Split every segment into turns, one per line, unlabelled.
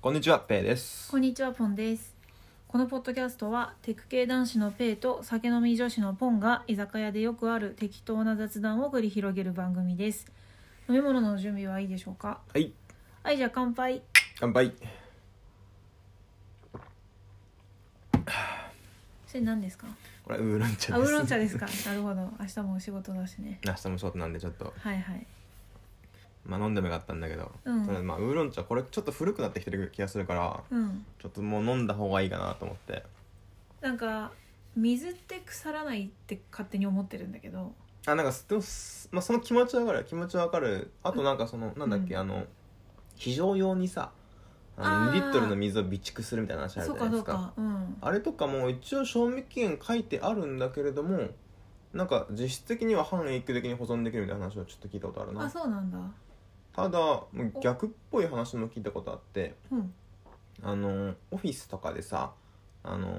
こんにちは、ペイです。
こんにちはポンですこのポッドキャストはテク系男子のペイと酒飲み女子のポンが居酒屋でよくある適当な雑談を繰り広げる番組です飲み物の準備はいいでしょうか
はい、
はいじゃあ乾杯
乾杯。
それ何ですか
これはウーロン茶
あウ
です。
ーロン茶ですかなるほど明日もお仕事だしね
明日もショートなんでちょっと、
はいはい
まあ飲んでもよかったんだけど、
うん
ただまあウーロン茶、これちょっと古くなってきてる気がするから、
うん
ちょっともう飲んだ方がいいかなと思って。
なんか水って腐らないって勝手に思ってるんだけど
あ、なんか、でもすまあその気持ちはわかる、気持ちはわかる。あとなんかその、なんだっけ、
うん
あの、非常用にさ、あの2
あー
リットルの水を備蓄するみたいな話あるじ
そ
ゃない
うか
で
そ
す
う
か。
かうん
あれとかも一応賞味期限書いてあるんだけれどもなんか実質的には半永久的に保存できるみたいな話をちょっと聞いたことある
あ
な
そうなんだ
ただもう逆っぽい話も聞いたことあって
うん
あのオフィスとかでさあの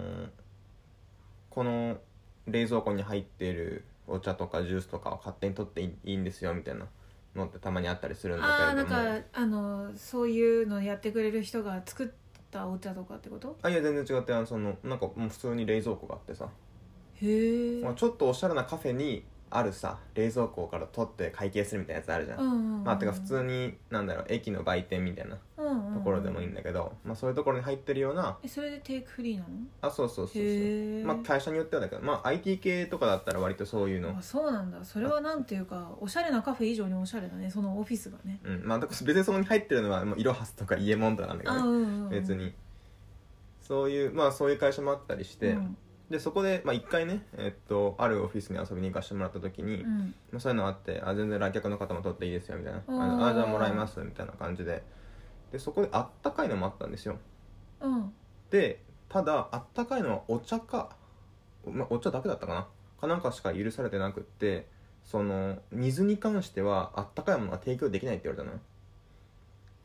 この冷蔵庫に入っているお茶とかジュースとかを勝手に取っていいいいんですよみたいなのってたまにあったりするん
あ
だ
あ
けれ
なん
どもあ
かあのそういうのやってくれる人が作ったお茶とかってこと
いや全然違ってあのそのなんかもう普通に冷蔵庫があってさ
へえ
まあ、ちょっとおしゃれなカフェにあるさ冷蔵庫から取って会計するみたいなやつあるじゃん、まあてか普通になんだろう駅の売店みたいなと
と
ころでもいいんだけど、まあ、そういうところに入ってるような
えそれでテイクフリーなの
あそうそうそうそう
へえ
まあ会社によってはだけど、まあ、IT 系とかだったら割とそういうの
あ、そうなんだそれはなんていうかおしゃれなカフェ以上におしゃれだねそのオフィスがね
うんまあ、だから別にそこに入ってるのはもうイロハスとかイエモンとかなんだけ
あ
ど
う
ね、
んうんうん
別にそういうまあそういう会社もあったりして、
うん
でそこで、まあ、1回ね、えっと、あるオフィスに遊びに行かせてもらった時に、
うん
まあ、そういうのあってあ全然来客の方も取っていいですよみたいなあ
お
の
ー
あじゃあもらいますみたいな感じででそこであったかいのもあったんですよ
うん
でただあったかいのはお茶か、まあ、お茶だけだったかなかなんかしか許されてなくってその水に関してはあったかいものは提供できないって言われたのよ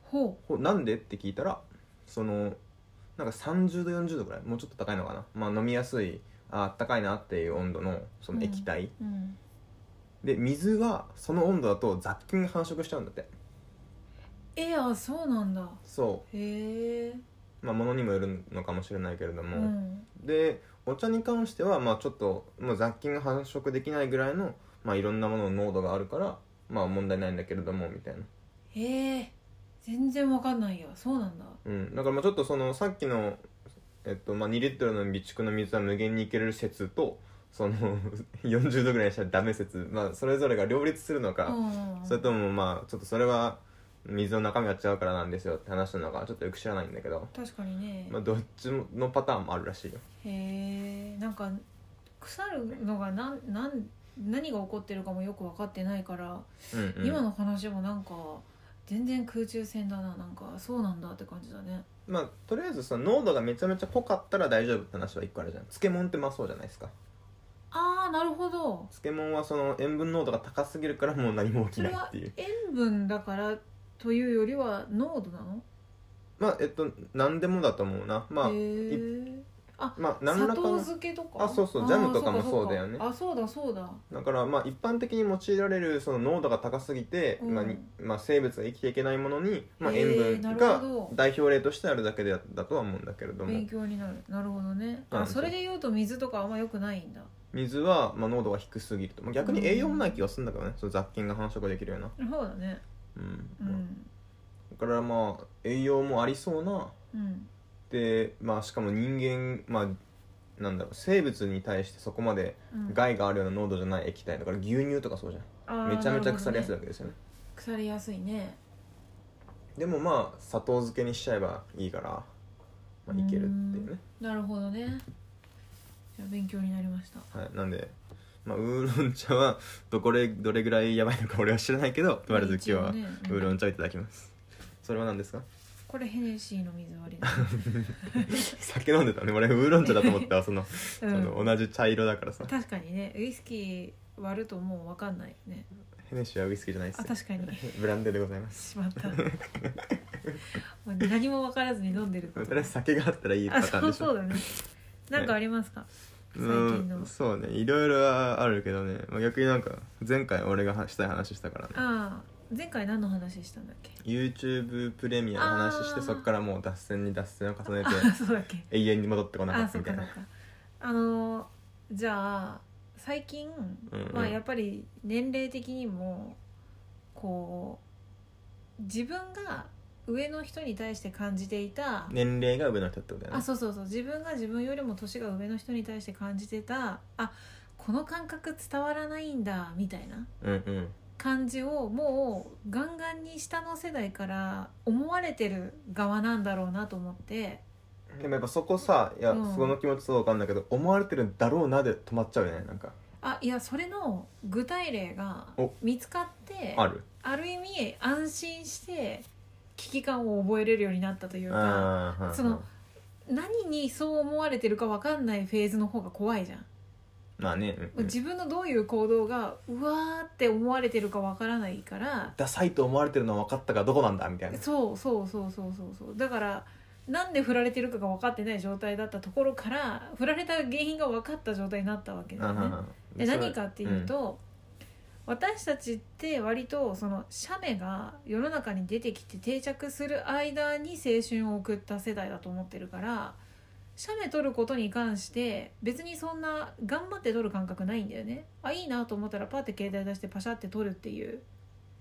ほ
ほなんでって聞いたらそのなんか30度40度ぐらいもうちょっと高いのかな、まあ、飲みやすいああったかいなっていう温度のその液体、
ううん
で水はその温度だと雑菌が繁殖しちゃうんだって
えあそうなんだ
そ
へえ
うまあ物にもよるのかもしれないけれど
う
も、
ん
でお茶に関してはまあちょっともう雑菌が繁殖できないぐらいのまあいろんなものの濃度があるからまあ問題ないんだけれどもみたいな、
へえ全然わかんないやそうなんだ
うん、だからまあちょっとそのさっきの、えっとまあ、2リットルの備蓄の水は無限にいける説とその 40度ぐらいにしたらダメ説、まあ、それぞれが両立するのか、
うん
それともまあちょっとそれは水の中身が違うからなんですよって話なのかちょっとよく知らないんだけど、
確かにね
まあ、どっちものパターンもあるらしいよ
へえなんか腐るのがなんなん何が起こってるかもよく分かってないから、
うんうん、
今の話もなんか全然空中戦だななんかそうなんだって感じだね
まあとりあえずその濃度がめちゃめちゃ濃かったら大丈夫って話は一個あるじゃん漬物ってまあそうじゃないですか
あーなるほど
漬物はその塩分濃度が高すぎるからもう何も起き
そ
な
れ
いっ
は
ていう
塩分だからというよりは濃度なの
まあえっと何でもだと思うなまあ
へえ
まあ何
砂
らか
糖
の
漬けとか
あそうそう
あー
ジャムとかもそうだよね
かそうかあそうだそうだ
だからまあ一般的に用いられるその濃度が高すぎて、
うん
まあにまあ、生物が生きていけないものに、まあ、
へー
塩分
なる
が
ほど
代表例としてあるだけでだとは思うんだけれども
勉強になるなるほどね
うん
あそれで言うと水とかあんまよくないんだ
水はまあ濃度が低すぎると、まあ、逆に栄養もない気がするんだけどね、その雑菌が繁殖できるような、
そうだね
うん
うん
だからまあ栄養もありそうな
うん
でまあしかも人間まあなんだろう生物に対してそこまで
うん
害があるような濃度じゃない液体だから牛乳とかそうじゃ
あ
ん
ー
めちゃめちゃ腐りやすい
な
わけですよね
ほどね腐りやすいね
でもまあ砂糖漬けにしちゃえばいいから、まあ、いけるっていうね
なるほどねじゃあ勉強になりました
はいなんで、まあ、ウーロン茶はどこれどれぐらいやばいのか俺は知らないけどとりあえず今日は
一応ね
ウーロ
うん
ン茶をいただきますそれは何ですか
これヘネシーの水割り
酒飲んでたね俺ウーロン茶だと思ったわその
だ、
そ
うん、
の同じ茶色だからさ
確かにねウイスキー割るともう分かんないね
ヘネシーはウイスキーじゃないで
あ
すよ
確かに
ブランデーでございます
しまった もう何も分からずに飲んでる
とりあえず酒があったらいいパ
あ
ターン
そ
で
う
し
そ
ょ
うだねなんかありますか、
う
最近の
んそうねいろいろあるけどね、まあ、逆になんか前回俺がしたい話したからね
ああ前回何の話したんだっけ
YouTube プレミアの話して
あー
そこからもう脱線に脱線を重 ねて
あそうだっけ
永遠に戻ってこなか
あ
った
そう
みた
か
い
そう
な
かあのじゃあ最近、
うんうん
まあ、やっぱり年齢的にもこう自分が上の人に対して感じていた、
年齢が上の人ってことだよ
あ
ね
そうそうそう自分が自分よりも年が上の人に対して感じてたあこの感覚伝わらないんだみたいな
うんうん
感じをもうガンガンに下の世代から思われてる側なんだろうなと思って
でもやっぱそこさいや、
うん
その気持ちそうわかんないけど思われてるんだろうなで止まっちゃうよねなんか
あいやそれの具体例が
お
見つかって
ある
ある意味安心して危機感を覚えれるようになったというか
あーはい
その何にそう思われてるか分かんないフェーズの方が怖いじゃん。
まあね、うんうん
自分のどういう行動がうわーって思われてるかわからないから
ダサいと思われてるのは分かったからどこなんだみたいな
そうそうそうそうそうそうだからなんで振られてるかが分かってない状態だったところから振られた原因が分かった状態になったわけだよね。で何かっていう、と、私たちって割とその写メが世の中に出てきて定着する間に青春を送った世代だと思ってるから写メ撮ることに関して別にそんな頑張って撮る感覚ないんだよねあいいなと思ったらパッて携帯出してパシャって撮るっていう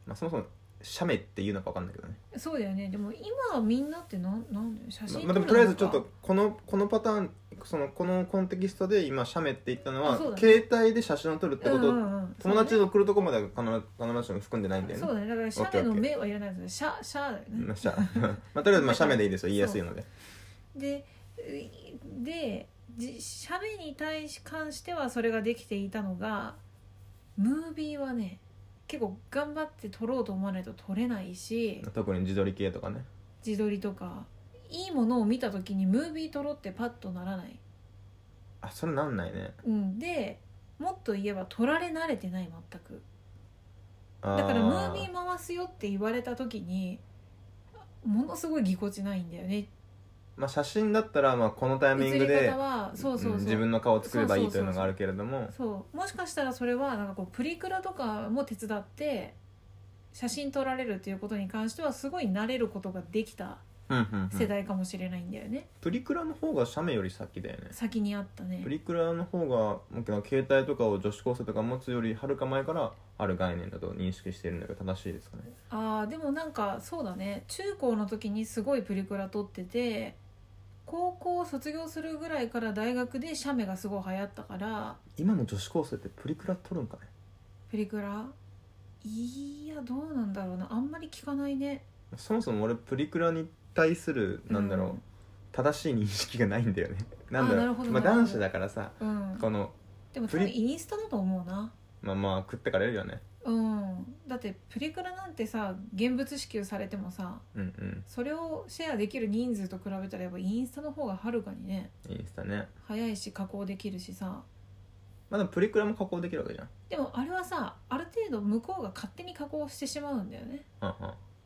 まあ、そもそも写メっていうのか分かんないけどね、
そうだよねでも今はみんなってなんなんだよ写
ま
真
あ、でもと
撮
りあえ
るの
ずちょ
か
っとこのこのパターンそのこのコンテキストで今写メって言ったの
あ
は、
そうだね
携帯で写真を撮るってこと、
うんうんうん
友達で送るとこまでは必ず必ずしも含んでないんだよね
そうだねだから写メの目はいらないですね写写だよね、
まあ、写まあ、とりあえずまあ写メでいいですよ言いやすいので
でうでじ写メに対し関してはそれができていたのがムービーはね結構頑張って撮ろうと思わないと撮れないし
特に自撮り系とかね
自撮りとかいいものを見た時にムービー撮ろうってパッとならない、
あそれなんないね
うん、でもっと言えば撮られ慣れてない全く
あ
だからムービ
ー
ー回すよって言われた時にものすごいぎこちないんだよね
まあ、写真だったらまあこのタイミング
映り
で
方はそうそうそう、
うん自分の顔を作ればいいというのがあるけれども
そうもしかしたらそれはなんかこうプリクラとかも手伝って写真撮られるっていうことに関してはすごい慣れることができた
うんうんうん
世代かもしれないんだよね、
プリクラの方が写メより先だよね
先にあったね
プリクラの方が僕は携帯とかを女子高生とか持つよりはるか前からある概念だと認識してるんだけど正しいですかね
あーでもなんかそうだね中高の時にすごいプリクラ撮ってて高校卒業するぐらいから大学で写メがすごい流行ったから
今の女子高生ってプリクラ撮るんかね
プリクラいやどうなんだろうなあんまり聞かないね
そもそも俺プリクラに対するなんだろう、
うん
正しい認識がないんだよねなんだ
あな
ろ
る
う
ほど
まあ、
なるほど
男子だからさ
うん
この
でも多
プ
分
リ
インスタだと思うな
まあまあ食ってかれるよね
うん、だってプリクラなんてさ現物支給されてもさ
うん
それをシェアできる人数と比べたらやっぱインスタの方がはるかにね
うんインスタね
早いし加工できるしさ
まあでもプリクラも加工できるわけじゃん
でもあれはさある程度向こうが勝手に加工してしまうんだよね
うんうん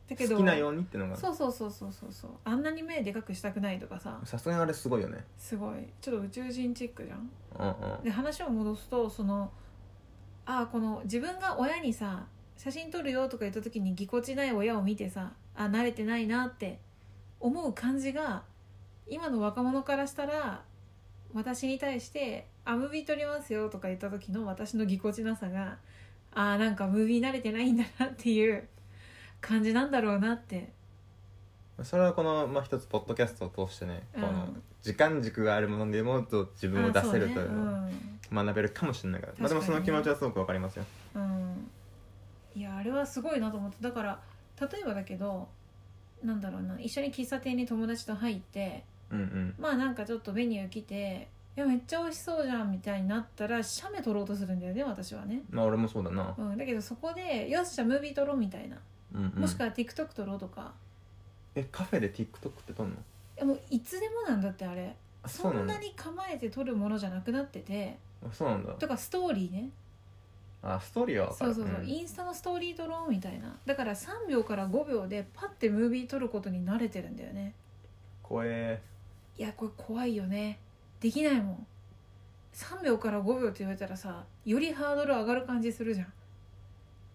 だけど
好きなようにってのが
そうそうそうそうそうそうあんなに目でかくしたくないとかさ
さすがにあれすごいよね
すごいちょっと宇宙人チックじゃん
うんうん
で話を戻すとそのああこの自分が親にさ写真撮るよとか言った時にぎこちない親を見てさあ慣れてないなって思う感じが今の若者からしたら私に対して「あムービー撮りますよ」とか言った時の私のぎこちなさがあーなんかムービー慣れてないんだなっていう感じなんだろうなって
それはこの、まあ、一つポッドキャストを通してね、
うん
この時間軸があるものでもっと自分を出せるという
あーそう
のを
ね
学べるかもしれないから、
確
まあ、
か
で
に
も
ね
その気持ちはすごくわかりますよ、
うんうんいやあれはすごいなと思ってだから例えばだけどなんだろうな一緒に喫茶店に友達と入って
うんうん、
まあなんかちょっとメニュー来て「いやめっちゃ美味しそうじゃん」みたいになったら写メ撮ろうとするんだよね私はね、
まあ俺もそうだな、
うん、だけどそこで「よっしゃムービー撮ろう」みたいな
うんうん、
もしくは TikTok 撮ろうとか、
えカフェで TikTok って撮んの
いやもういつでもなんだってあれ
あ
そ
うんな
な
の
に構えて撮るものじゃなくなってて
あそうなんだ
とかストーリーね
あストーリーは分か
そう
る
そうそう、
ん
インスタのストーリー撮ろうみたいなだから3秒から5秒でパッてムービー撮ることに慣れてるんだよね
怖え
いやこれ怖いよねできないもん3秒から5秒って言われたらさよりハードル上がる感じするじゃん
ま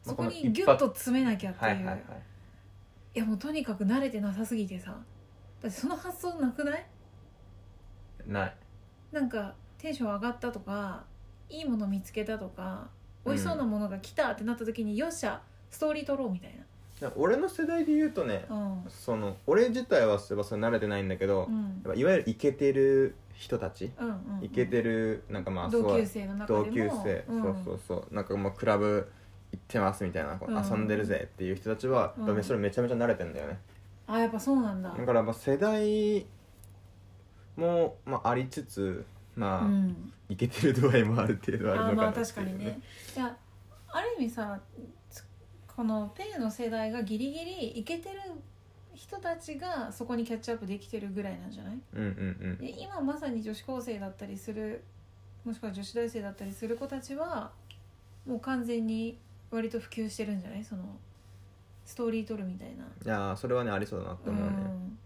あ
そこ
の
に
一
ギュッ
発
と詰めなきゃって、
はいいはいうはい
いやもうとにかく慣れてなさすぎてさだってその発想なくない
ない
なんかテンション上がったとかいいもの見つけたとか美味しそうなものが来たってなった時に、よっしゃストーリー撮ろうみたい
で俺の世代で言うとね
なうん
その俺自体はそれはそれ慣れてないんだけど
う、ん
やっぱいわゆるイケてる人たち
うんうんうん
イケてるなんかまあ
同級生の中で
同
も
級生、
うん、
そうそうそうなんかもうクラブ行ってますみたいな、こう
うん
遊んでるぜっていう人たちは、
うん
やっぱそれめちゃめちゃ慣れてんだよね、
あやっぱそうなんだ
だからまあ世代も、まあ、ありつつまあ、
うん
イケてる度合いもある程度あるの
あ
か
ま
な
あ
っていう
確かにねじゃあある意味さつこのペイの世代がギリギリイケてる人たちがそこにキャッチアップできてるぐらいなんじゃない
うんうん
で今まさに女子高生だったりするもしくは女子大生だったりする子たちはもう完全に割と普及してるんじゃないそのストーリー撮るみたいな
うんいやーそれはねありそうだなって思うね、
ん、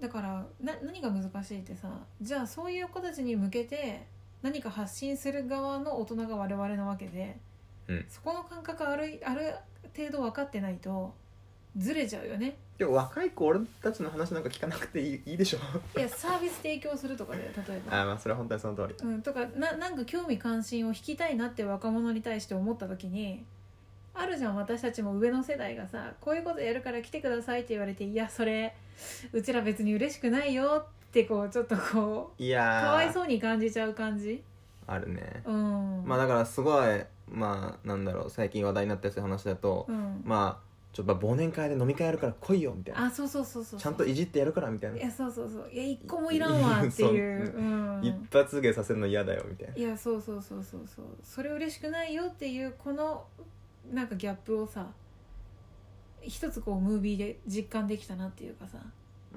だからな何が難しいってさじゃあそういう子たちに向けて何か発信する側の大人が我々なわけで、
うん
そこの感覚あるある程度分かってないとずれちゃうよね
でも若い子俺たちの話なんか聞かなくていいいいでしょ
いやサービス提供するとかだよ例え
あ
ば。
ーまあそれは本当にその通り
うん、とかななんか興味関心を引きたいなって若者に対して思った時にあるじゃん私たちも上の世代がさこういうことやるから来てくださいって言われていやそれうちら別に嬉しくないよってこうちょっとこう
いやー
かわいそうに感じちゃう感じ
あるね
うん
まあだからすごいまあなんだろう最近話題になったやつの話だと、
うん、
まあちょっとまあ忘年会で飲み会やるから来いよみたいな
あそうそうそうそう
ちゃんといじってやるからみたい
い
な
やそうそうそういや一個もいらんわっていう
そう
うん
一発芸させるの嫌だよみたいない
やそうそうそうそうそうそれ嬉しくないよっていうこのなんかギャップをさ一つこうムービーで実感できたなっていうかさ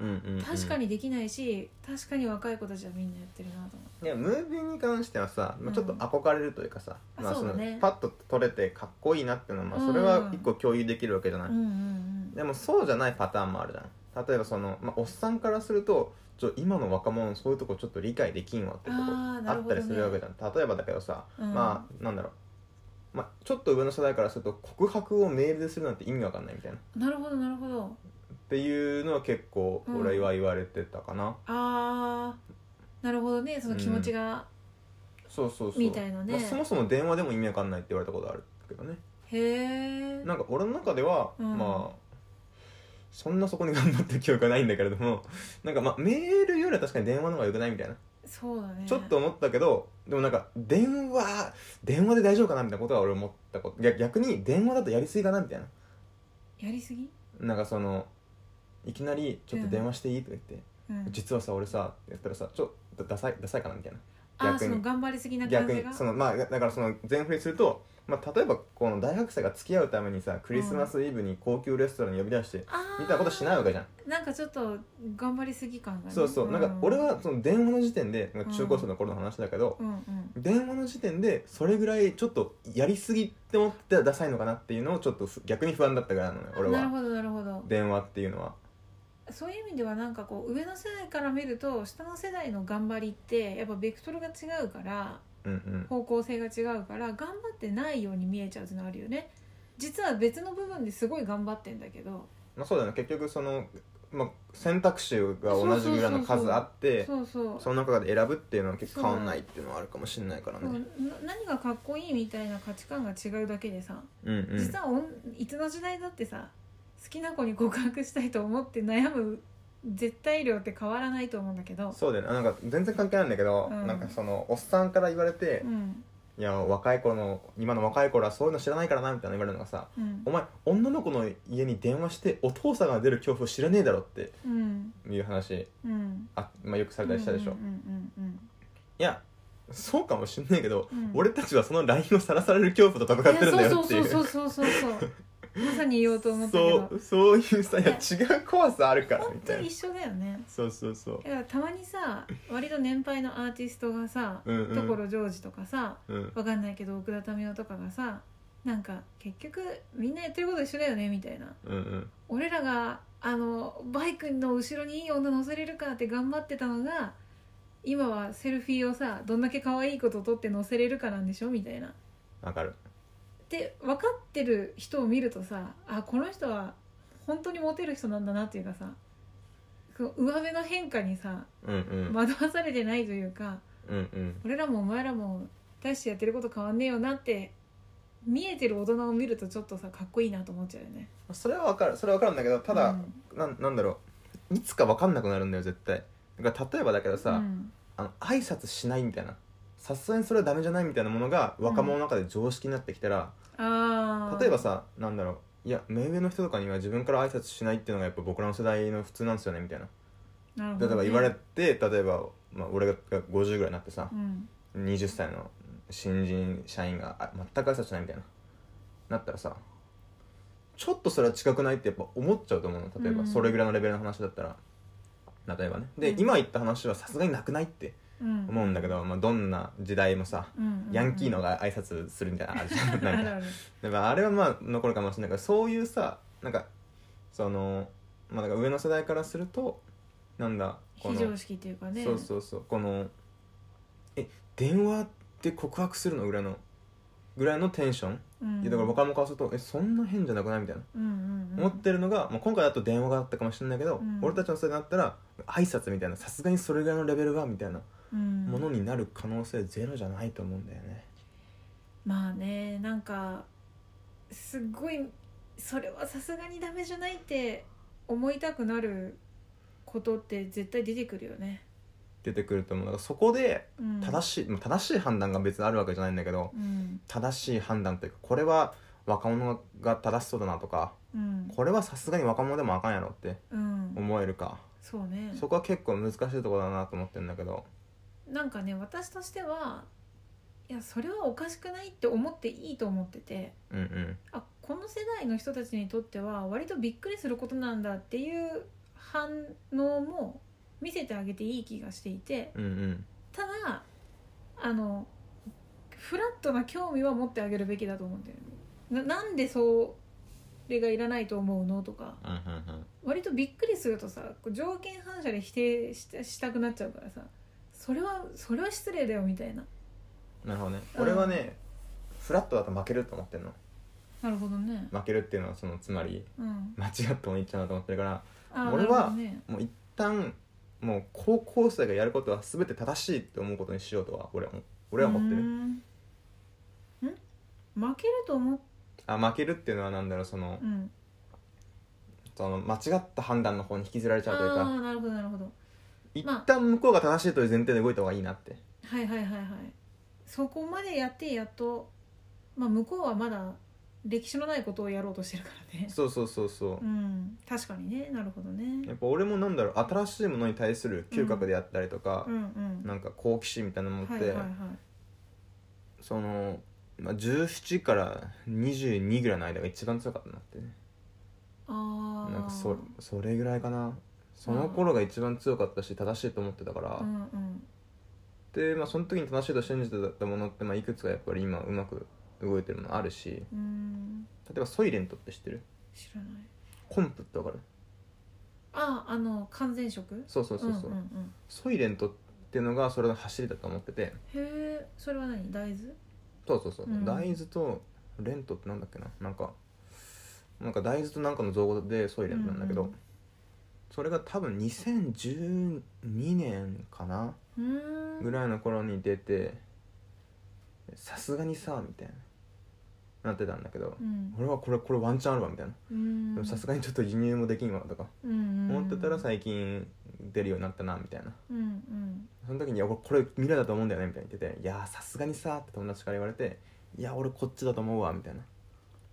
うんうん、うん、
確かにできないし、確かに若い子たちはみんなやってるなと思
いやムービーに関してはさ、まあ、ちょっと
うん
憧れるというかさ、
あ
まあ、
そうだね
のパッと撮れてかっこいいなっていうのは、まあ、それ
うん
は一個共有できるわけじゃない、
ってうんうん
でもそうじゃないパターンもあるじゃん例えばその、まあ、おっさんからするとちょ今の若者のそういうとこちょっと理解できんわっていうとこ
あーな
あ
る
っ
ほ
た
どね
りするわけじゃん、例えばだけどさ、
うん
まあなんだろう、まあ、ちょっと上の世代からすると告白をメールでするなんて意味わかんないみたいなっ
うんなるほどなるほど
ていうのは結構
うん
俺は言われてたかな、
あーなるほどねその気持ちが、
そうそうそう
みたいなね
まあそもそも電話でも意味わかんないって言われたことあるけどね
へえ
なんか俺の中では、
うん
まあそんなそこに頑張った記憶はないんだけれども なんかまあメールよりは確かに電話の方が良くないみたいな、
そうだね
ちょっと思ったけどでもなんか電話電話で大丈夫かなみたいなことは俺思ったこと逆逆に電話だとやりすぎかなみたいな
やりすぎ、
なんかそのいきなり「ちょっと電話していい?」とか言って
う
「
ん
実はさ俺さ」って言ったらさ「ちょっとダサいダサいかな」みたいな
ああ
逆
そ
に
の頑張りすぎな感
逆
じ
に
が
そのまあだからその全振りすると、まあ、例えばこの大学生が付き合うためにさクリスマスイブに高級レストランに呼び出してみたいなことしないわけじゃん
なんかちょっと頑張りすぎ感がね
そうそうなんか俺、はその電話の時点でまあ中高生の頃の話だけど
う、んうん、
電話の時点でそれぐらいちょっとやりすぎって思ってたらダサいのかなっていうのをちょっとふ逆に不安だったからなのよ俺
なる
は
ほどなるほど
電話っていうのは
そういう意味ではなんかこう上の世代から見ると下の世代の頑張りってやっぱベクトルが違うから
うんうん
方向性が違うから頑張ってないように見えちゃうっていうのあるよね実は別の部分ですごい頑張ってんだけど
まあそうだね結局その、まあ、選択肢が同じぐらいの数あって
そうそう
その中で選ぶっていうのは結構変わんないっていうのはあるかもしれないから
そう
ね
な何がかっこいいみたいな価値観が違うだけでさ、
うんうん
実はおんいつの時代だってさ好きな子に告白したいと思って悩む絶対量って変わらないと思うんだけど、
そうだよねあなんか全然関係ないんだけど、
うん
なんかそのおっさんから言われて
うん
「いや若い頃の今の若い頃はそういうの知らないからな」みたいな言われるのがさ
うん
「お前女の子の家に電話してお父さんが出る恐怖知らねえだろ」って
うん
いう話
うん
あ、まあ、よくされたりしたでしょ、
うんうんうんうん
いやそうかもしんないけど、
うん
俺たちはその LINE をさらされる恐怖と戦ってるんだよっていう
やそうそうそうそうそうそうそうまさに言おうと思ったけど
そうそういうさいや
いや
違う怖さあるからみ
本
た
当
い
に
な
一緒だよね
そうそうそう
いやたまにさ割と年配のアーティストがさ
うんうん
所ジョージとかさ
うん
わかんないけど奥田民生とかがさなんか結局みんなやってること一緒だよねみたいな
うんうん
俺らがあのバイクの後ろにいい女乗せれるかって頑張ってたのが今はセルフィーをさどんだけ可愛いこと撮って乗せれるかなんでしょみたいな
わかる
って分かってる人を見るとさあこの人は本当にモテる人なんだなっていうかさこう上辺の変化にさ
うんうん
惑わされてないというか
うんうん
俺らもお前らも大してやってること変わんねえよなって見えてる大人を見るとちょっとさかっこいいなと思っちゃうよね
それはわかるそれはわかるんだけどただ、
うん
なんなんだろういつかわかんなくなるんだよ絶対だから例えばだけどさ、
うん
あの挨拶しないみたいなさすがにそれはダメじゃないみたいなものが若者の中で常識になってきたら、
あー
例えばさなんだろういや目上の人とかには自分から挨拶しないっていうのがやっぱ僕らの世代の普通なんですよねみたいな
なるほ
例え
どね
ば言われて例えば、まあ、俺が50ぐらいになってさ
うん
20歳の新人社員があ全く挨拶しないみたいななったらさちょっとそれは近くないってやっぱ思っちゃうと思うの例え
う
ば
ん
それぐらいのレベルの話だったら例えばねで、
うん
今言った話はさすがになくないって
うん
思うんだけど、まあ、どんな時代もさ
うんうんうん
ヤンキーのが挨拶するみたいなのあるじゃんなん
あ
か
るある
だからあれはまあ残るかもしれないけどそういうさなんかその、まあ、だから上の世代からするとなんだこ
非
の
常識っていうかね
そうそうそうこのえ電話で告白するのぐらいのぐらいのテンション、
うん
いやだから若者からするとえそんな変じゃなくないみたいな、
うんうんうん
思ってるのが、まあ、今回だと電話があったかもしれないけど、
うん
俺たちの世代になったら挨拶みたいなさすがにそれぐらいのレベルがみたいな
うん
ものになる可能性ゼロじゃないと思うんだよね。
まあねなんかすっごいそれはさすがにダメじゃないって思いたくなることって絶対出てくるよね、
出てくると思うだからそこで
うん、
正
し
しい、まあ正しい判断が別にあるわけじゃないんだけど
うん
正しい判断というかこれは若者が正しそうだなとか
うん
これはさすがに若者でもあかんやろって
うん
思えるか、
そうね
そこは結構難しいところだなと思ってるんだけど
なんかね私としてはいやそれはおかしくないって思っていいと思ってて
うんうん
あこの世代の人たちにとっては割とびっくりすることなんだっていう反応も見せてあげていい気がしていて、
うんうん
ただあのフラットな興味は持ってあげるべきだと思うんだよねななんでそれがいらないと思うのとか
うんうん
割とびっくりするとさこう条件反射で否定したしたくなっちゃうからさそれはそれは失礼だよみたいな
うんなるほどね
うん
俺はね、フラットだと負けると思ってるの
なるほどね
負けるっていうのはそのつまり
うん
間違ったお兄ちゃんだと思ってるから
あー
俺は
なるほどね
もう一旦もう高校生がやることは全て正しいって思うことにしようとは俺は俺は思って
うー
る
んん負けると思っ
あ負けるっていうのはなんだろうその
うん
その間違った判断の方に引きずられち
あ
ゃうという
あ
か
ーなるほどなるほど
一
まあ
旦向こうが正しいという前提で動いた方がいいなって
はいはいはいはいそこまでやってやっと、まあ、向こうはまだ歴史のないことをやろうとしてるからね
そうそうそうそう、
うん確かにねなるほどね
やっぱ俺もなんだろう新しいものに対する嗅覚であったりとか
うん、うん
なんか好奇心みたいなの持って、
はいはいはい
その、まあ、17から22ぐらいの間が一番強かったなってね
ああ
なんかそそれぐらいかなその頃が一番強かったし正しいと思ってたから、
うんうん
で、まあ、その時に正しいと信じてたものって、まあ、いくつかやっぱり今うまく動いてるのあるし
うん
例えばソイレントって知ってる
知らない
コンプってわかる
あああの完全食
そうそうそうそう、
んうん
ソイレントっていうのがそれの走りだと思ってて
うん、へえそれは何大豆
そうそうそう、
うん
大豆とレントってなんだっけななんかなんか大豆となんかの造語でソイレントなんだけど、
うんうん
それが多分2012年かな
うーん
ぐらいの頃に出てさすがにさみたいななってたんだけど、
うん
俺はこれこれワンチャンあるわみたいな
うん
でもさすがにちょっと輸入もできんわとか
うん
思ってたら
後
最近出るようになったなみたいな
うんうん
その時にいや「これこれ未来だと思うんだよね」みたいに言ってて「いやーさすがにさ」って友達から言われて「いや俺こっちだと思うわ」みたいな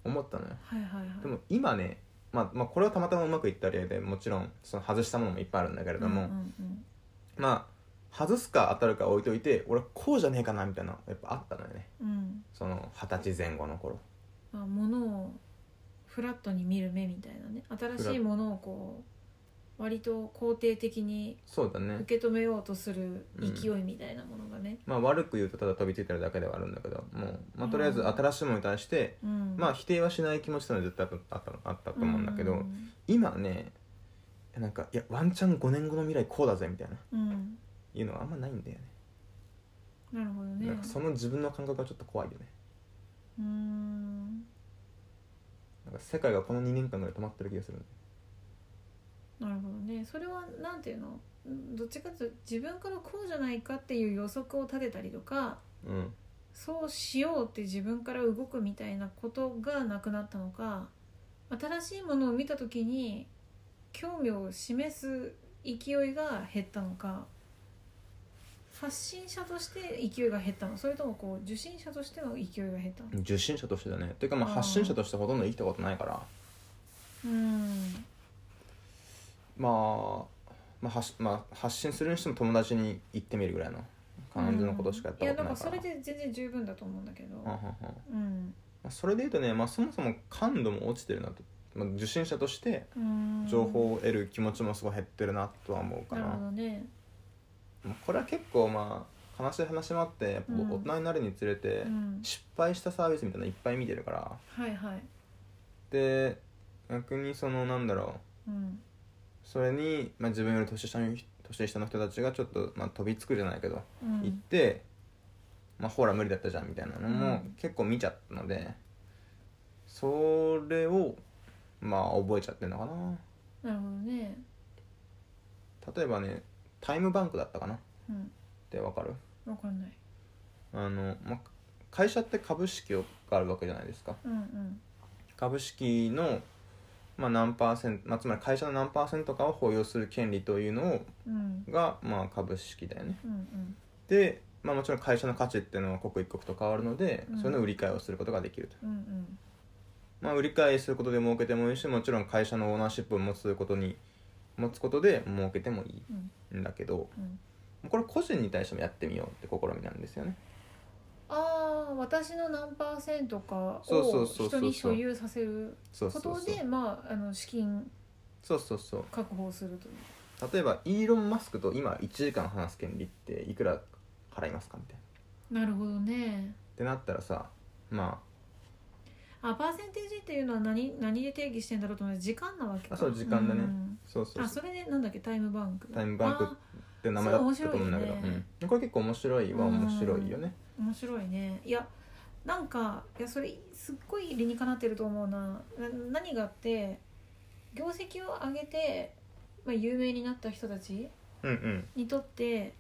思ったのよ
はいはいはい
でも今ね、まあ、まあこれはたまたまうまくいった例でもちろんその外したものもいっぱいあるんだけれども、
うんうん
まあ外すか当たるか置いといて俺こうじゃねえかなみたいなやっぱあったのよね
うんうん
その二十歳前後の頃
まあ、ものをフラットに見る目みたいなね新しいものをこう割と肯定的に
そうだね
受け止めようとする勢いみたいなものがね、
まあ悪く言うとただ飛びついてるだけではあるんだけどもう、まあ、とりあえず
うん
新しいものに対して、
うん
まあ否定はしない気持ちというのは絶対あったあったと思うんだけど、
うん
今ねなんかいやワンチャン5年後の未来こうだぜみたいな
うん
いうのはあんまないんだよね
なるほど
な
ね
んかその自分の感覚がちょっと怖いよね
うーん
なんか世界がこの2年間ぐらい止まってる気がするんで
なるほどねそれはなんていうのうんどっちかというと自分からこうじゃないかっていう予測を立てたりとか
うん
そうしようって自分から動くみたいなことがなくなったのか新しいものを見た時に興味を示す勢いが減ったのか発信者として勢いが減ったのそれともこう受信者としての勢いが減ったの
受信者としてだねというかまあ
あー
発信者としてほとんど生きたことないから
うん
まあまあ、発しまあ発信するにしても友達に言ってみるぐらいの感じのことしかやったことないから
やだからそれで全然十分だと思うんだけど
うんうんうんま
うん
あそれで言うとね、まあ、そもそも感度も落ちてるなと、まあ、受信者として
うん
情報を得る気持ちもすごい減ってるなとは思うか
な
な
るほどね
まあこれは結構まあ悲しい話もあってやっぱ
うん
大人になるにつれて
うん
失敗したサービスみたいなのいっぱい見てるから
はいはい
で逆にそのなんだろう
うん
それに、まあ、自分より年下の人年下の人たちがちょっと、まあ、飛びつくじゃないけど
う
行っ
ん
て、まあ、ほら無理だったじゃんみたいなの
う
も
ん
結構見ちゃったのでそれをまあ覚えちゃってるのかな
なるほどね
例えばねタイムバンクだったかなっ
うん
てわかる
わかんない
あの、まあ、会社って株式があるわけじゃないですか
うんうん
株式の、まあ、何パーセント、まあ、つまり会社の何パーセントかを保有する権利というのを
うん
が、まあ、株式だよね
うんうん
で、まあ、もちろん会社の価値っていうのは刻一刻と変わるので、
うん
それの売り買いをすることができると、
うんうん
まあ、売り買いすることで儲けてもいいしもちろん会社のオーナーシップを持つことに持つことで儲けてもい
うん
いんだけど
うん
これ個人に対してもやってみようって試みなんですよね
ああ私の何パーセントか
そうそ
を
うそうそう
人に所有させる
そうそ
こ
うそう
とでまああの資金
そうそうそう
確保するという
例えばイーロン・マスクと今1時間話す権利っていくら払いますかみたいな
なるほどね
ってなったらさま
あパーセンテージっていうのは何何で定義してんだろうと思う時間なわけか
あそう時間だね
うん
あそうそう
あ
そう
それでなんだっけタイムバンク
タイムバンク
あ
って名前だった
それ
と思うんだけど、
面白いね
うん、これ結構面白いは面白いよね
ー面白いねいやなんかいやそれすっごい理にかなってると思うなな何があって業績を上げて、まあ、有名になった人たち
うんうん
にとって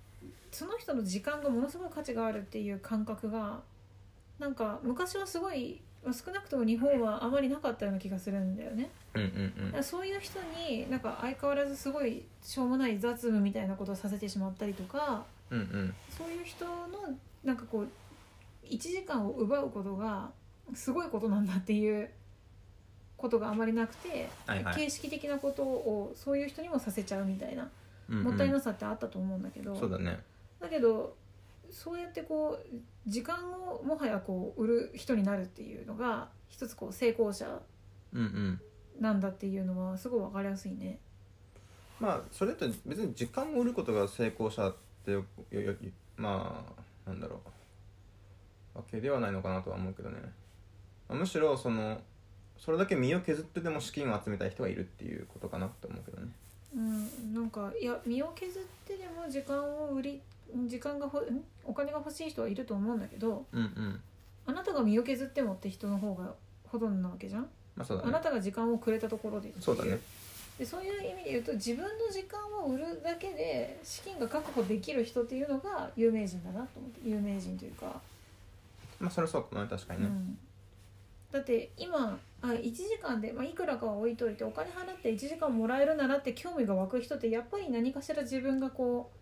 その人の時間がものすごい価値があるっていう感覚がなんか昔はすごいまあ少なくとも日本はあまりなかったような気がするんだよね。
うんうん
だからそういう人になんか相変わらずすごいしょうもない雑務みたいなことをさせてしまったりとか
うんうん
そういう人のなんかこう1時間を奪うことがすごいことなんだっていうことがあまりなくて、
はいはい
形式的なことをそういう人にもさせちゃうみたいな、
うんうん
もったいなさってあったと思うんだけど
そうだね
だけどそうやってこう時間をもはやこう売る人になるっていうのが一つこう成功者
うんうん
なんだっていうのはすごい分かりやすいね。
まあそれと別に時間を売ることが成功者ってよよよまあなんだろうわけではないのかなとは思うけどねまあむしろそのそれだけ身を削ってでも資金を集めたい人がいるっていうことかなと思うけどね
うん、なんかいや身を削ってでも時間を売り時間がほんお金が欲しい人はいると思うんだけど
うんうん
あなたが身を削ってもって人の方がほとんどなわけじゃん、
まあそう
あ
だ
な
ね
たが時間をくれたところでってい
そうだね
でそういう意味で言うと自分の時間を売るだけで資金が確保できる人っていうのが有名人だなと思って有名人というか、
まあそれはそうかもね確か
う
にね、
ん、だって今あ1時間で、まあ、いくらかは置いといてお金払って1時間もらえるならって興味が湧く人ってやっぱり何かしら自分がこう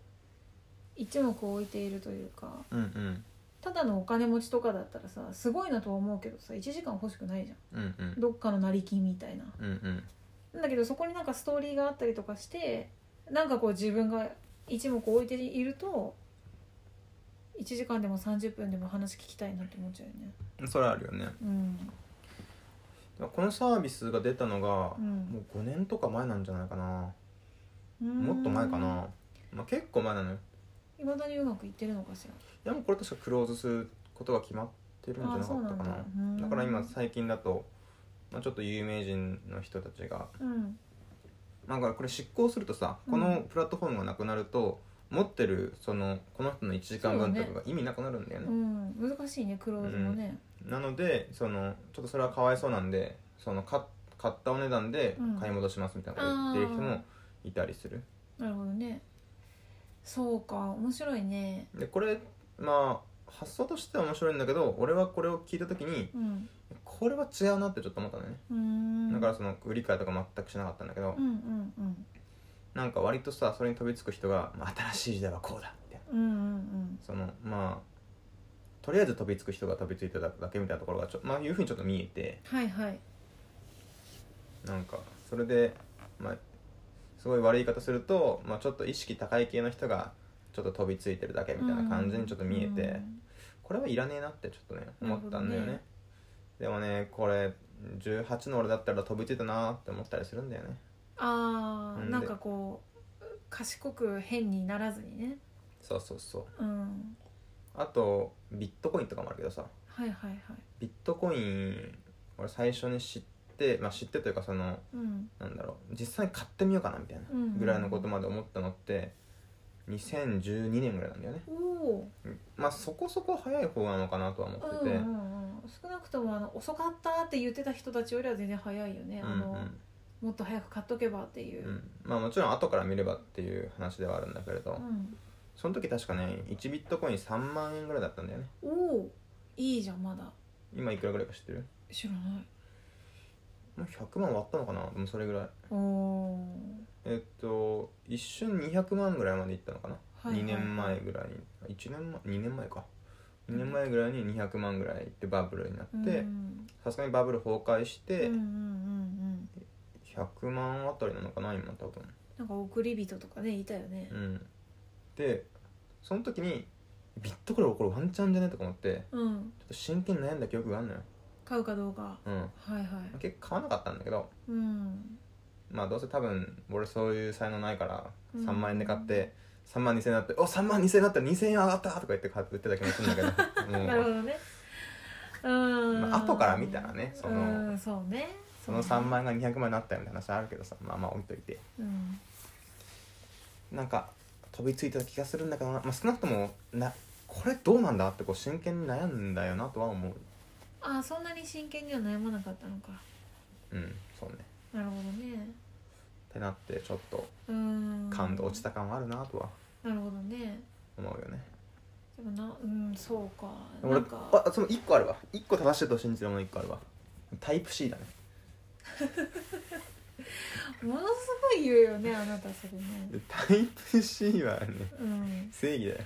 一目置いているというか
うんうん
ただのお金持ちとかだったらさすごいなとは思うけどさ1時間欲しくないじゃ
うんうん
んどっかの成金みたいな。
うんうん
なんだけどそこになんかストーリーがあったりとかしてなんかこう自分が一目置いていると1時間でも30分でも話聞きたいなって思っちゃうよね
それはあるよね
うん
このサービスが出たのが、
うん
もう5年とか前なんじゃないかな
うーん
もっと前かな、まあ、結構前なのよ
いまだにうまくいってるのかし
いやもうこれ確かクローズすることが決まってるんじゃなかったかな
あそうなんだうん
から今最近だと、まあ、ちょっと有名人の人たちが、
らうん
まあ、これ執行するとさ
うん
このプラットフォームがなくなると、持ってるそのこの人の1時間分とかが意味なくなるんだよ
う
ね
ん難しいねクローズもね
なのでそのちょっとそれはかわいそうなんでそのか買ったお値段で
うん
買い戻しますみたいなこと言ってる人もいたりする、
なるほどねそうか面白いね
でこれまあ発想としては面白いんだけど俺はこれを聞いた時に
うん
これは違うなってちょっと思ったのね、
うーん
だからその売り買いとか全くしなかったんだけど、
うんうんうん
なんか割とさそれに飛びつく人が、まあ、新しい時代はこうだみたいな
うんうん
そのまあとりあえず飛びつく人が飛びついただけみたいなところがちょ、まあ、いうふうにちょっと見えて
はいはい
なんかそれで、まあ、すごい悪い言い方すると、まあ、ちょっと意識高い系の人がちょっと飛びついてるだけみたいな感じにちょっと見えて、これはいらねえなってちょっとね思ったんだよ
なるほど
ね
ね
でもねこれ18の俺だったら飛びついたなって思ったりするんだよね
あ
なん
あ
で
なんかこう賢く変にならずにね
そうそうそう
うん
あとビットコインとかもあるけどさ
はいはいはい
ビットコイン俺最初に知ってまあ知ってというかその
うん
なんだろう実際に買ってみようかなみたいな
うんうんうん
ぐらいのことまで思ったのって2012年ぐらいなんだよね
おお
まあそこそこ早い方なのかなとは思っ
う
て
んう
て、
んうん少なくともあの遅かったって言ってた人たちよりは全然早いよね、あ
うんう
の
ん
もっと早く買っとけばっていうう、
んまあもちろん後から見ればっていう話ではあるんだけれど、
うん
その時確かね1ビットコイン3万円ぐらいだったんだよね
おおいいじゃんまだ
今いくらぐらいか知ってる
知らない
もう100万割ったのかなでもそれぐらい
おお
えっと一瞬200万ぐらいまでいったのかな、
はいはい
2年前ぐらいに1年前2年前か2年前ぐらいに200万ぐらいいってバブルになっ
う
て
ん
さすがにバブル崩壊し
うんうん
て
うんうん
100万あたりなのかな今多分
なんか送り人とかねいたよね
うんでその時にビットコインこれワンチャンじゃねとか思って
う
ち
ん
ょっと真剣に悩んだ記憶があるのよ
買うかどうか
うん
はいはい
結構買わなかったんだけど
うん
まあどうせ多分俺そういう才能ないから
うん
3万円で買って3万2000円になって「お3万2000円だったら2000円上がった!」とか言って買ってた気もするんだけ ど
なるほ
もう
どねうん、
まあ後から見たらねその
うんそうね
その3万円が200万円になったよみたいな話あるけどさまあまあ置いといて
うん
なんか飛びついた気がするんだけどな、まあ、少なくともなこれどうなんだってこう真剣に悩んだよなとは思う
あそんなに真剣には悩まなかったのか
うんそうね
なるほどね
ってなってちょっと
うん
感動落ちた感はあるなとは
なるほどね
思うよね
でもなうんそうかな
俺
んか
あその1個あるわ1個正しいと信じてるもの1個あるわタイプ C だね
ものすごい言うよねあなたそれね
でタイプ C はね
うん
正義だよ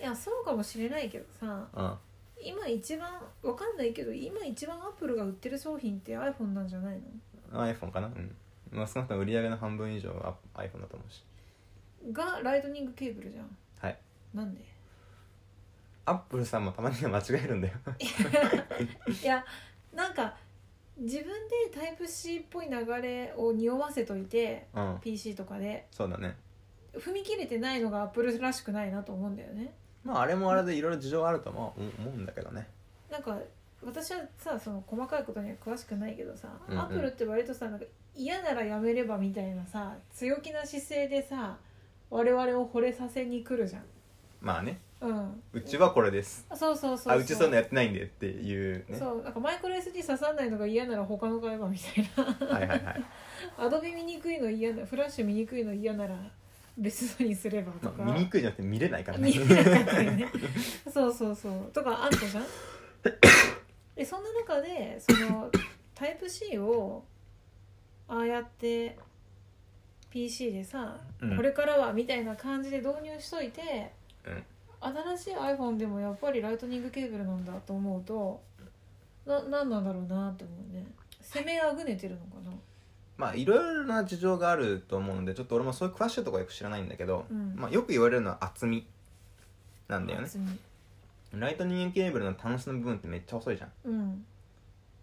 いやそうかもしれないけどさ
あ
今一番わかんないけど今一番アップルが売ってる商品って iPhone なんじゃないの
あ iPhone かなうんまあ少なくとも売り上げの半分以上は iPhone だと思うし
がライトニングケーブルじゃん
はい
なんで
アップルさんもたまには間違えるんだよ
いやなんか自分でタイプ C っぽい流れを匂わせといて
うん
PC とかで
そうだね
踏み切れてないのがアップルらしくないなと思うんだよね
まああれもあれでいろいろ事情あるとは思う思うんだけどね
なんか私はさその細かいことには詳しくないけどさ、
うんうん
アップルって割とさなんか嫌ならやめればみたいなさ強気な姿勢でさ我々を惚れさせに来るじゃん
まあね
うん
うちはこれです
そうそうそうそう
あうちそういうのやってないんでっていうね
そうなんかマイクロ SD 刺さんないのが嫌なら他の買えばみたいな
はいはいはい、
アドビ見にくいの嫌なフラッシュ見にくいの嫌なら別のにすればと
ま
か、
あ、見にくいじゃなくて見れないからね
見えなかったよね そうそうそうとかあんた じゃんでそんな中でそのタイプ C をああやって PC でさ、
うん
これからはみたいな感じで導入しといて、
うん
新しい iPhone でもやっぱりライトニングケーブルなんだと思うとな何なんだろうなって思うね攻めあぐねてるのかな
まあいろいろな事情があると思うのでちょっと俺もそういう詳しいところよく知らないんだけど、
うん
まあ、よく言われるのは厚みなんだよね
別に
ライトニングケーブルの端子の部分ってめっちゃ細いじゃん
うん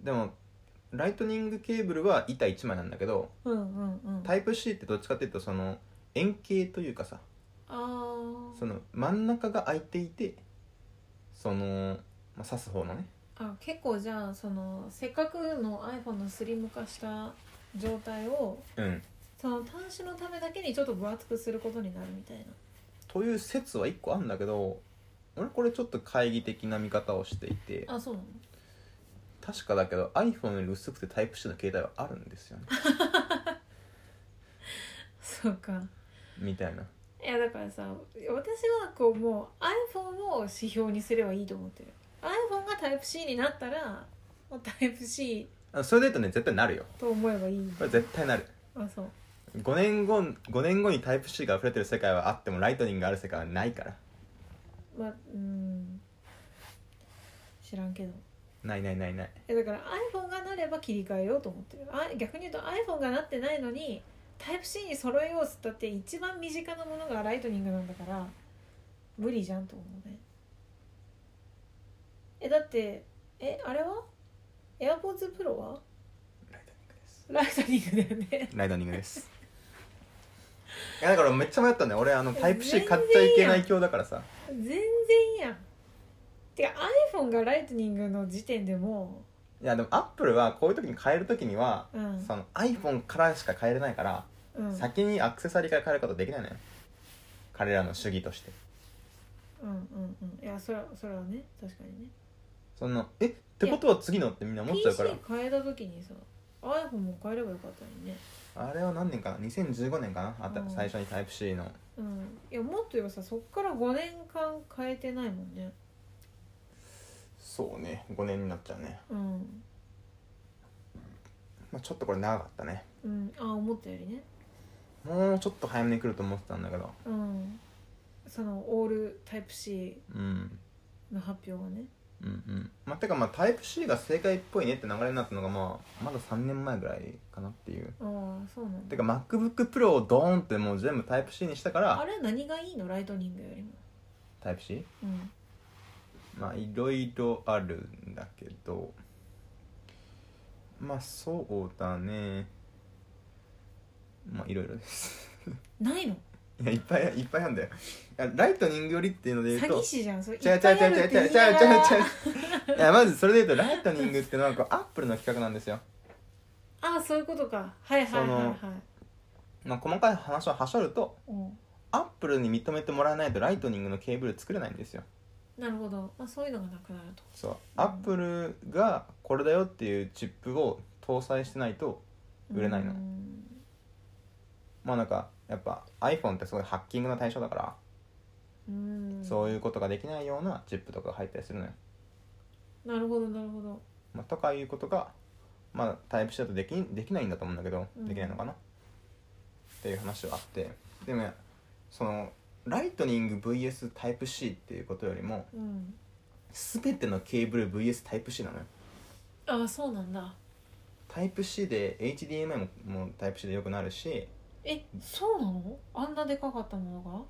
でもライトニングケーブルは板1枚なんだけど
うんうんうんあ
タイプ C ってどっちかっていうとその円形というかさ
あー
その真ん中が空いていてその、まあ、刺す方のね
あ結構じゃあそのせっかくの iPhone のスリム化した状態を
うん
その端子のためだけにちょっと分厚くすることになるみたいな
という説は1個あるんだけど俺これちょっと懐疑的な見方をしていて
あそうなの
確かだけど iPhone より薄くてタイプ C の携帯はあるんですよね
そうか
みたいない
やだからさ私はこうもう iPhone を指標にすればいいと思ってる iPhone がタイプ C になったらもうタイプ C
あそれで言うとね絶対なるよ
と思えばいい
これ絶対なる
あそう
5年後5年後にタイプ C が溢れてる世界はあってもライトニングがある世界はないから
まあうん知らんけど
ないないないない
えだから iPhone がなれば切り替えようと思ってるあ逆に言うと iPhone がなってないのにタイプ C に揃えようっつったって一番身近なものがライトニングなんだから無理じゃんと思うねえだってえあれは AirPods Pro は
ライトニングです
ライトニングだよね
ライトニングです いやだからめっちゃ迷ったね俺あのタイプ C
全然
買っちゃいけない教だからさ
全然やんてか iPhone がライトニングの時点でも
いやでもアップルはこういう時に変える時には、
ううん
その iPhone からしか変えれないから、
うん
先にアクセサリーから変えることはできないのよ彼らの主義として
うんうんうんいやそれはそれはね確かにね
そのえってことは次のってみんな思っちゃう
PC
から
変えた時にさ iPhone も変えればよかったのにね
あれは何年かな2015年かなあった、
うん
最初にタイプ C の
うんいやもっと言えばさそっから5年間変えてないもんね
そうね5年になっちゃうね、
うん、
まあ、ちょっとこれ長かったね
うん、あ思ったよりね
もうちょっと早めに来ると思ってたんだけど
うんそのオールタイプ C
うん
の発表がね
うんうんまあてかまあタイプ C が正解っぽいねって流れになったのがまあまだ3年前ぐらいかなっていう
ああそうなん
て
だ
か MacBookPro をドーンってもう全部タイプ C にしたから
あれ何がいいのライトニングよりも
タイプ C?
うん
まあいろいろあるんだけどまあそうだねまあいろいろです
ないの
いやいっぱいいっぱいあるんだよいやライトニングよりっていうので言
詐
うと
欺師じゃんそれいっ
違う違う違う違う違う違う違う違う
ぱいあるって言いながら
いやまずそれで言うとライトニングっていうのはこうアップルの企画なんですよ、
ああそういうことかはいはいはいはい
まあ、細かい話をはしょると
うん
アップルに認めてもらえないとライトニングのケーブル作れないんですよ
なるほど、まあ、そういうのがなくなると
そうアップルがこれだよっていうチップを搭載してないと売れないの
うん
まあなんかやっぱ iPhone ってすごいハッキングの対象だから、
うん
そういうことができないようなチップとかが入ったりするのよ、
なるほどなるほど
まあ、とかいうことがまあタイプ C だとできできないんだと思うんだけど、
うん
できないのかなっていう話はあってでもそのライトニング VS タイプ C っていうことよりも
うん
全てのケーブル VS タイプ C なのよ
ああそうなんだ
タイプ C で HDMI ももタイプ C でよくなるし
えそうなのあんなでかかったものが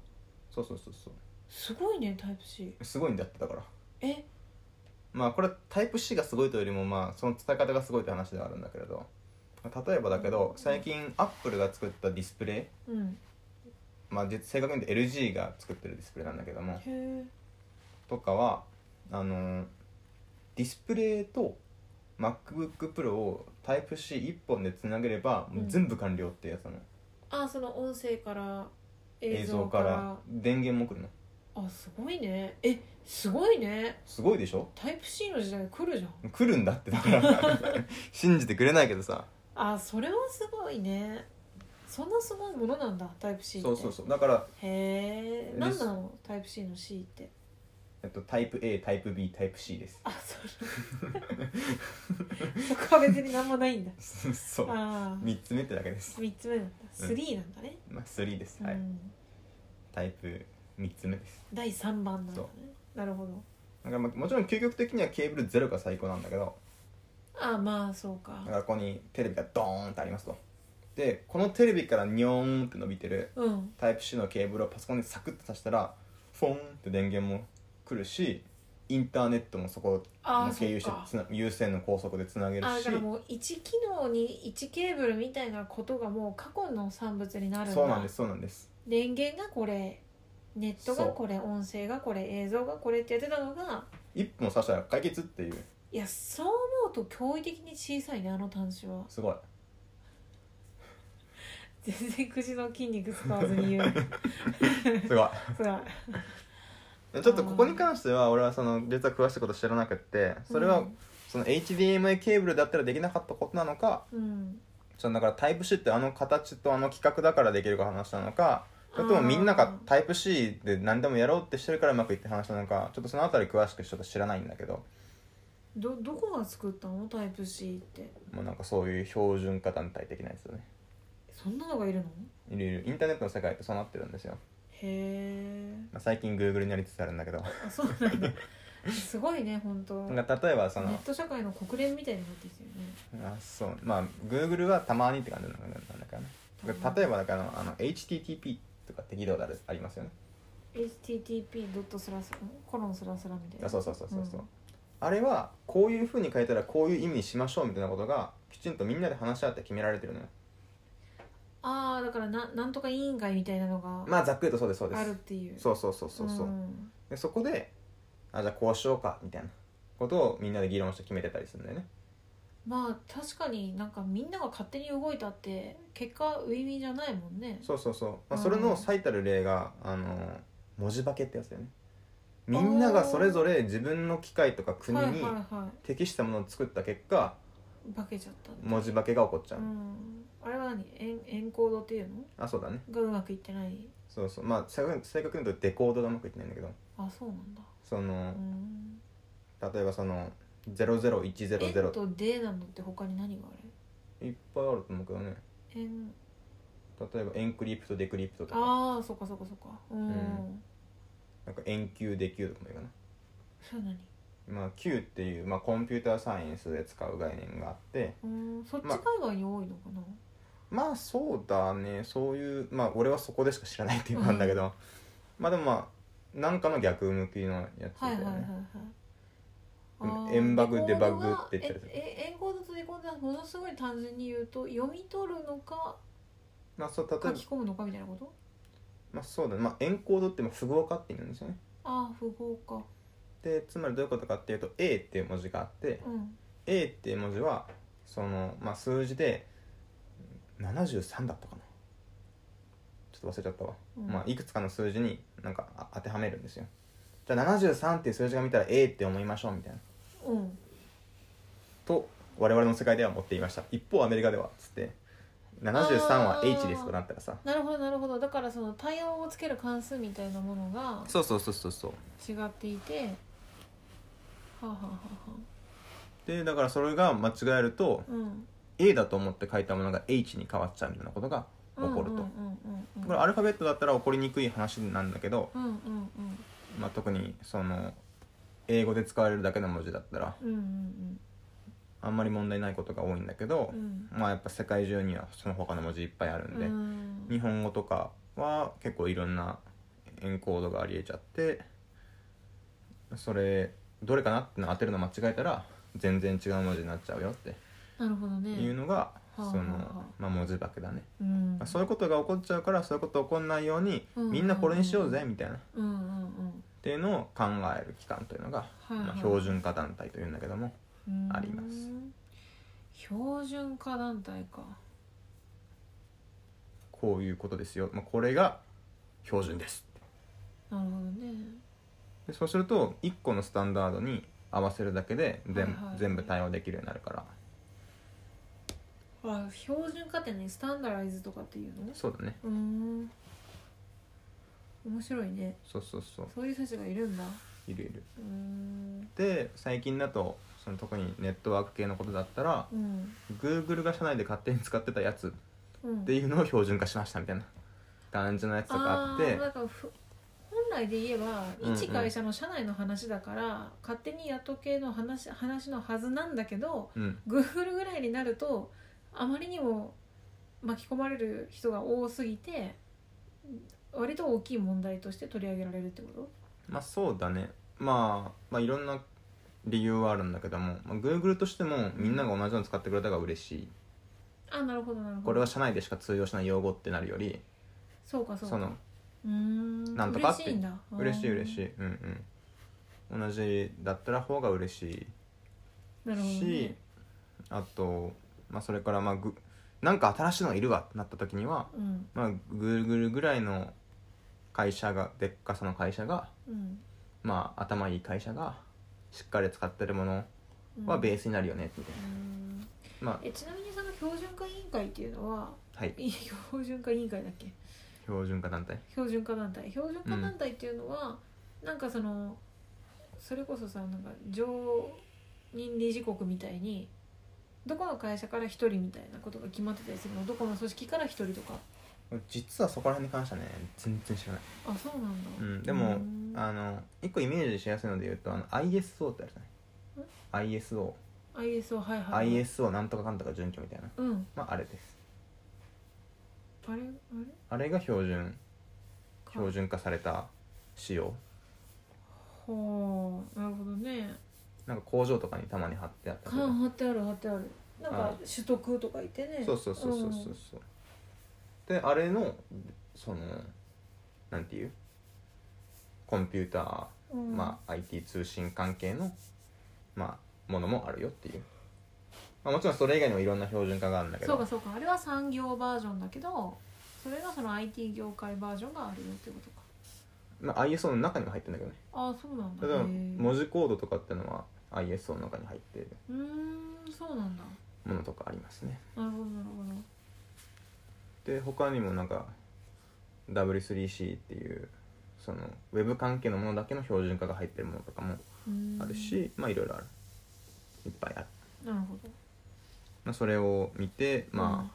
そうそうそうそ
すごいねタイプ C
うすごいんだってだから
え
まあこれタイプ C がすごいというよりもまあその使い方がすごいって話ではあるんだけれど例えばだけど最近アップルが作ったディスプレイ
うん
まあ、実正確に言うと LG が作ってるディスプレイなんだけども
へえ
とかはあのーディスプレイと MacBookPro をタイプ C1 本でつなげればもう全部完了ってやつなの、
あその音声から
映
映
像
像
か
からら
電源も来るの
あすごいねえすごいね
すごいでしょ
タイプ C の時代来るじゃん
来るんだってだから 信じてくれないけどさ
あそれはすごいねそんなすごいものなんだタイプ C って
そうそうそうだから、
へえ
リ
何
ス
なのタイプ C の C って
えっと、タイプ A タイプ B タイプ C です
あそ れそこは別に何もないんだ
そう
ああ
3つ目ってだけです、
3つ目なんだ
うん
3なんだね、
まあ、3ですはい、
うん
タイプ3つ目です
第3番なんだね
そ
なるほど
だからまあもちろん究極的にはケーブルゼロが最高なんだけど
ああまあそうか
だからここにテレビがドーンってありますとでこのテレビからニョーンって伸びてる
うん
タイプ C のケーブルをパソコンでサクッと挿したらフォンって電源も来るしインターネットもそこ
あ
を
あそ
経由
う
して
か
つな有線の高速でつなげる
あーだ
し
からもう1機能に1ケーブルみたいなことがもう過去の産物になるんだ
そうなんですそうなんです
電源がこれネットがこれ音声がこれ映像がこれってやってたのが
1本挿したら解決っていう
いやそう思うと驚異的に小さいねあの端子は
すごい
全然口の筋肉使わずに言 う
すごい
そうだ
ちょっとここに関しては俺はその実は詳しいこと知らなくってそれはその HDMI ケーブルだったらできなかったことなのか
うん
そのだからタイプ C ってあの形とあの規格だからできるか話なのかそれとも
あー
みんながタイプ C で何でもやろうってしてるからうまくいって話なのかちょっとそのあたり詳しくちょっと知らないんだけど
どどこが作ったのタイプ C って
もうなんかそういう標準化団体的なやつだね
そんなのがいるの
いろいろインターネットの世界ってそうなってるんですよ、
へえ
まあ、最近 Google になりつつあるんだけど
あそうなんだすごいね本当ネ
なんか例えばその
ット社会の国連みたいになってきてるね
あそうまあ Google はたまにって感じなんだけどね例えばだからあの HTTP とかって聞いたことあるありますよね
HTTP ドットスラスコロンスラスラみたいな
あそうそうそうそうそう、
ん
あれはこういうふうに書いたらこういう意味にしましょうみたいなことがきちんとみんなで話し合って決められてるのよ
ああだからななんとか委員会みたいなのが
まあざっくりとそうですそうで
あるっ
す
ていう
そうそうそうそうそう、
ん
でそこであじゃあこうしようかみたいなことをみんなで議論して決めてたりするんだよね
まあ確かになんかみんなが勝手に動いたって結果ウィンウィンじゃないもんね
そうそうそう、まあ、
うん
それの最たる例が、あの文字化けってやつだよねみんながそれぞれ自分の機械とか国
はいはい
に
は
適したものを作った結果
い化けちゃったんだ
文字化けが起こっちゃう、
うんあれは何エンエンコードっていうの
あそうだね
がうまくいってない
そうそうまあ正確正確に言うとデコードがうまくいってないんだけど
あそうなんだ
その
うん
例えばその00100
N
いっ
と D なのって他に何がある
ぱいあると思うけどね
円
例えばエンクリプトデクリプトとか
ああそっかそっかそっかうん、
うんなんか円球デ球とかもいいかな
それ何
まあ Q っていう、まあ、コンピューターサイエンスで使う概念があって
うんそっち
ま
海
あ
外に多いのかな、
まあそうだねそういうまあ俺はそこでしか知らないっていうのなんだけどまあでもまあなんかの逆向きのやつだ
はい
よ
はい
ね、
はいはいあー
エンバグ
コー
デバグって言ったり
が
する
ええエンコードとデコードはものすごい単純に言うと読み取るのか
まあそう例えば
書き込むのかみたいなこと
まあそうだねまあエンコードってまあ符号化って言うんですよね
ああ符号か
でつまりどういうことかっていうと A っていう文字があって
うん
A っていう文字はその、まあ、数字で73だったかなちょっと忘れちゃったわ、
うん
まあ、いくつかの数字になんかあ当てはめるんですよじゃあ73っていう数字が見たら A って思いましょうみたいな
うん
と我々の世界では思っていました一方アメリカではっつって73は
あー
H ですとかなったらさ
なるほどなるほどだからその対応をつける関数みたいなものが
そうそうそうそうそう
違っていてはあ、はあは
でだからそれが間違えると
あはあ、うん、
A だと思って書いたものが H に変わっちゃうみたいなことが起こると、
うんうんうんうんうん
これアルファベットだったら起こりにくい話なんだけど、
うんうん
まあ、特にその英語で使われるだけの文字だったら
うんうんうん
あんまり問題ないことが多いんだけど
う、ん
まあやっぱ世界中にはその他の文字いっぱいあるんで、
うん
日本語とかは結構いろんなエンコードがありえちゃってそれどれかなっての当てるの間違えたら全然違う文字になっちゃうよって
なるほど
いう
ね
のが、
うんはあ
その、
はあはあ
まあ、文字化けだね、
うん
まあそういうことが起こっちゃうからそういうこと起こんないように、
うん
みんなこれにしようぜみたいな
うんうんうん
っていうのを考える機関というのが、
いはい
まあ、標準化団体というんだけども
うん
あります
標準化団体か
こういうことですよ、まあ、これが標準です
なるほどね
でそうすると1個のスタンダードに合わせるだけで全,、
はいはい
全部対応できるようになるから
あ標準化ってねスタンダライズとかっていうの
そうだね
うん面白いね
そうそうそう
そういう人たちがいるんだ
いるいる
うん
で最近だとその特にネットワーク系のことだったら
うん
Google が社内で勝手に使ってたやつ
うん
っていうのを標準化しましたみたいな感じのやつとかあって
ーなんかふ本来で言えば
うんうん
一会社の社内の話だから、勝手に雇系の話話のはずなんだけど
うん、
Google ぐらいになるとあまりにも巻き込まれる人が多すぎて割と大きい問題として取り上げられるってこと
まあそうだねまあまあいろんな理由はあるんだけども、まあ、Google としてもみんなが同じの使ってくれたが嬉しい
あなるほどなるほど
これは社内でしか通用しない用語ってなるより
そうかそうか
その
うーん
なんとかって
嬉しいんだ
嬉しい嬉し
い
いうんうん同じだったら方が嬉し
ないるほど、
し
ね、
あと、まあ、それからまあぐなんか新しいのがいるわってなった時には、
うん
まあ、Google ぐらいの会社がでっかさの会社が
うん
まあ頭いい会社がしっかり使ってるものはベースになるよねみたいな、
うん
ま
えちなみにその標準化委員会っていうのは
あはい
い標準化委員会だっけ
標準化団体
標準化団体標準化団体っていうのは、なんかそのそれこそさなんか常任理事国みたいにどこの会社から1人みたいなことが決まってたりするのどこの組織から1人とか
実はそこら辺に関してはね全然知らない、
あそうなんだ、
うん、でも
うん
あの一個イメージしやすいので言うとあの ISO ってあるじゃない ISO
ISO はいはい
ISO なんとかかんとか準拠みたいな
うん
まああれです
あれあれ
あれが標準
か
標準化された仕様
ほうなるほどね
なんか工場とかにたまに貼ってあったりとか
缶貼ってある貼ってあるなんか
はい
取得とか言ってね
そうそうそうそうそうそうであれのそのなんていうコンピュータ
うん、
ー、
うん
まあ、IT 通信関係の、まあ、ものもあるよっていう、まあ、もちろんそれ以外にもいろんな標準化があるんだけ
そう
ど
かそうかあれは産業バージョンだけどそれがその IT 業界バージョンがあるよってことか
まあ、ISO の中にも入ってるんだけどね
ああそうなんだ
例えば
へ
文字コードとかっていうのは ISO の中に入っている
えうーんそうなんだ
ものとかありますね
なるほどなるほ
で他にもなんか W3C っていうそのウェブ関係のものだけの標準化が入ってるものとかも
どうーん
あるし、まあいろいろあるいっぱいある、
なるほど
まあ、それを見てま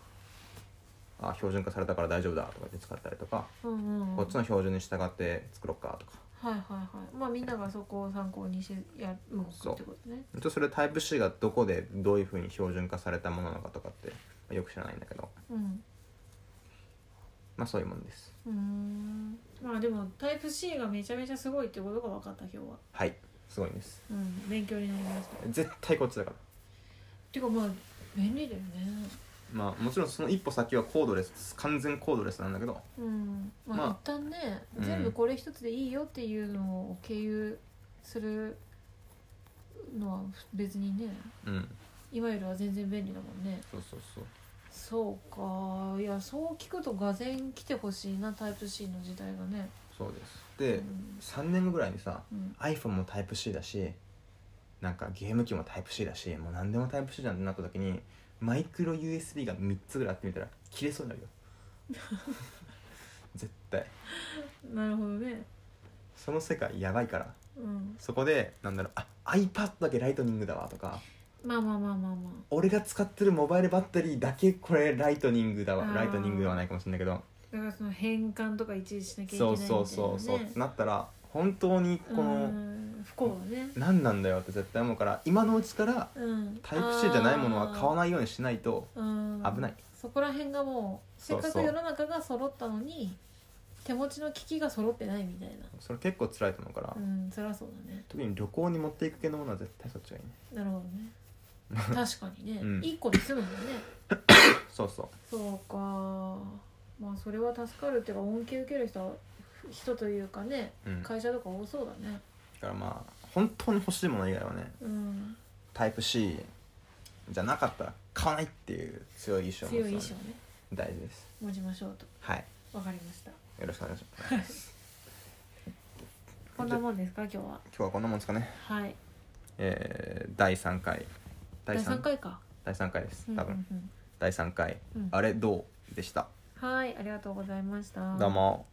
あ,、あ標準化されたから大丈夫だとかって使ったりとか、
あ、うんうんうん、
こっちの標準に従って作ろうかとか
はいはいはいまあみんながそこを参考にしてやるの
そう
ってことね
一応それタイプ C がどこでどういうふうに標準化されたものなのかとかってまあよく知らないんだけど
うん
まあそういうものです
うーんまあでもタイプ C がめちゃめちゃすごいってことが分かった今日は
はいすごいんです
うん勉強になりました
絶対こっちだから
てかまあ便利だよね
まあもちろんその一歩先はコードレス完全コードレスなんだけど
うんまあ、
まあ
一旦ね、
うん
全部これ一つでいいよっていうのを経由するのは別にね
うん
いわゆるは全然便利だもんね
そうそうそう
そうかいやそう聞くとがぜん来てほしいなタイプ C の時代がね
そうですで、
うん
3年後ぐらいにさ
うん
iPhone もタイプ C だしなんかゲーム機もタイプ C だしもう何でもタイプ C じゃんってなった時にマイクロ USB が3つぐらいあってみたら切れそうになるよ 絶対
なるほどね
その世界やばいから
うん
そこでなんだろうあ iPad だけライトニングだわとか
まあまあまあまあま
俺が使ってるモバイルバッテリーだけこれライトニングだわ
あー
ライトニングではないかもしれないけど
あだからその変換とか一致しなきゃいけな
そ
い
う
みたいな、ね、
そうそうそうってなったら本当にこの、
うん不幸はね
何なんだよって絶対思うから今のうちから
うん
タイプ C じゃないものは買わ
ない
ないようにしないと危ない
そこら辺がもうせ
そ
っ
う
か
そう
く世の中が揃ったのに手持ちの機器が揃ってないみたいな
それ結構辛いと思うから、
うんそりゃそうだね
特に旅行に持っていく系のものは絶対そっちがいいね
なるほど ね確かにね、
うん
一1個で済むんだね
そうそう
そうかまあそれは助かるっていうか恩恵受ける人は人というかね、
うんだ
会社とか多そうだね
からまあ本当に欲しいもの以外はね
うん
タイプ C じゃなかったら買わないっていう強い意志を持つの
強
はいね
意志をね
大事です
持ちましょうと
はい
わかりました
よろしくお願いします
こんなもんですか今日は
今日はこんなもんですかね
はい
えー、第3回
第
第3
3回か
第三回です
うん
多分、
うん
第3回、
うん
あれどうでした
うんはいありがとうございました
どうも